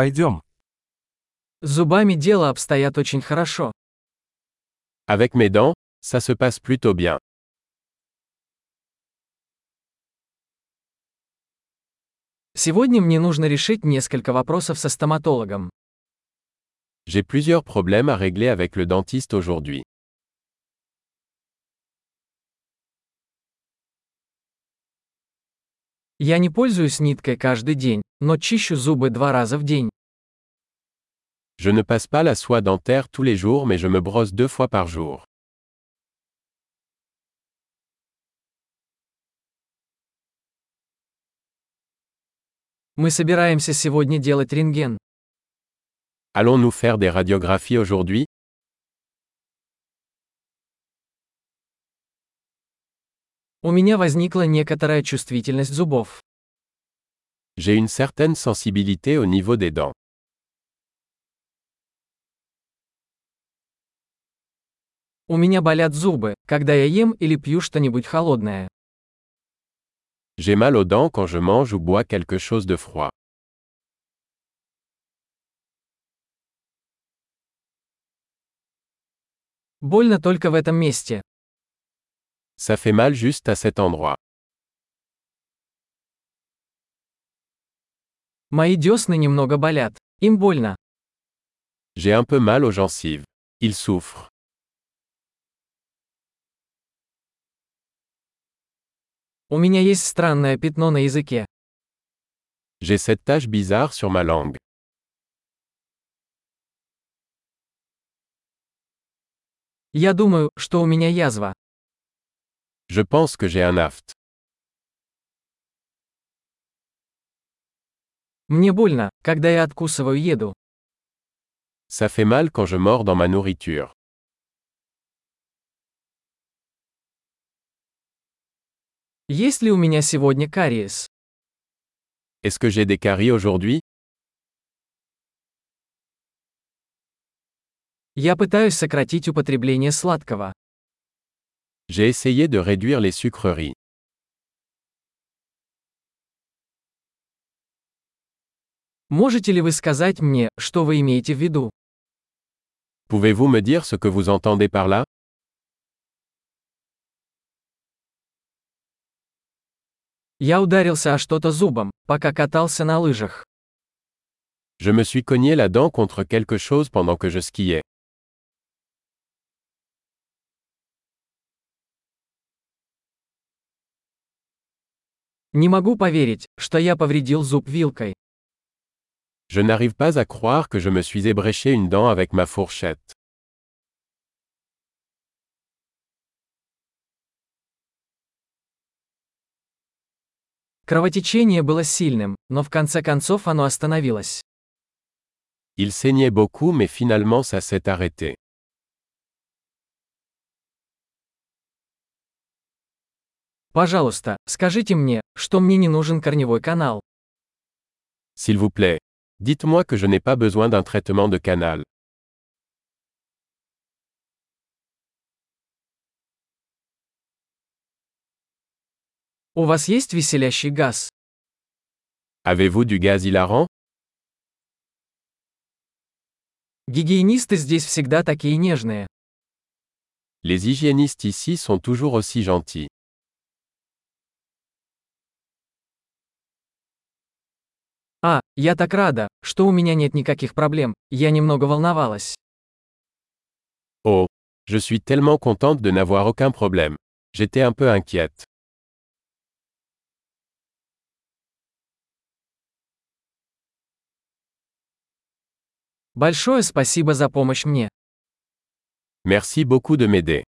Пойдем. С зубами дело обстоят очень хорошо. Avec mes dents, ça se passe plutôt bien. Сегодня мне нужно решить несколько вопросов со стоматологом. J'ai plusieurs problèmes à régler avec le dentiste aujourd'hui. Я не пользуюсь ниткой каждый день, но чищу зубы два раза в день. Je ne passe pas la soie dentaire tous les jours mais je me brosse deux fois par jour. Мы собираемся сегодня делать рентген. Allons-nous faire des radiographies aujourd'hui У меня возникла некоторая чувствительность зубов. J'ai une certaine sensibilité au niveau des dents. У меня болят зубы, когда я ем или пью что-нибудь холодное. J'ai mal aux dents quand je mange ou bois quelque chose de froid. Больно только в этом месте. Ça fait mal juste à cet endroit. Мои десны немного болят. Им больно. J'ai un peu mal aux gencives. Il souffre. У меня есть странное пятно на языке. J'ai cette tache bizarre sur ma langue. Я думаю, что у меня язва. Je pense que j'ai un aft. Мне больно, когда я откусываю еду. Ça fait mal quand je mords dans ma nourriture. Есть ли у меня сегодня кариес? Est-ce que j'ai des caries aujourd'hui Я пытаюсь сократить употребление сладкого. J'ai essayé de réduire les sucreries. Можете ли вы сказать мне, что вы имеете в виду? Pouvez-vous me dire ce que vous entendez par là Я ударился о что-то зубом, пока катался на лыжах. Je me suis cogné la dent contre quelque chose pendant que je skiais. Не могу поверить, что я повредил зуб вилкой. Je n'arrive pas à croire que je me suis ébréché une dent avec ma fourchette. Кровотечение было сильным, но в конце концов оно остановилось. Il saignait beaucoup mais finalement ça s'est arrêté. Пожалуйста, скажите мне, что мне не нужен корневой канал. S'il vous plaît. Dites-moi que je n'ai pas besoin d'un traitement de canal. У вас есть веселящий газ? Avez-vous du gaz hilarant Гигиенисты здесь всегда такие нежные. Les hygiénistes ici sont toujours aussi gentils. А, я так рада, что у меня нет никаких проблем, я немного волновалась. Oh, je suis tellement contente de n'avoir aucun problème. J'étais un peu inquiète. Большое спасибо за помощь мне. Merci beaucoup de m'aider.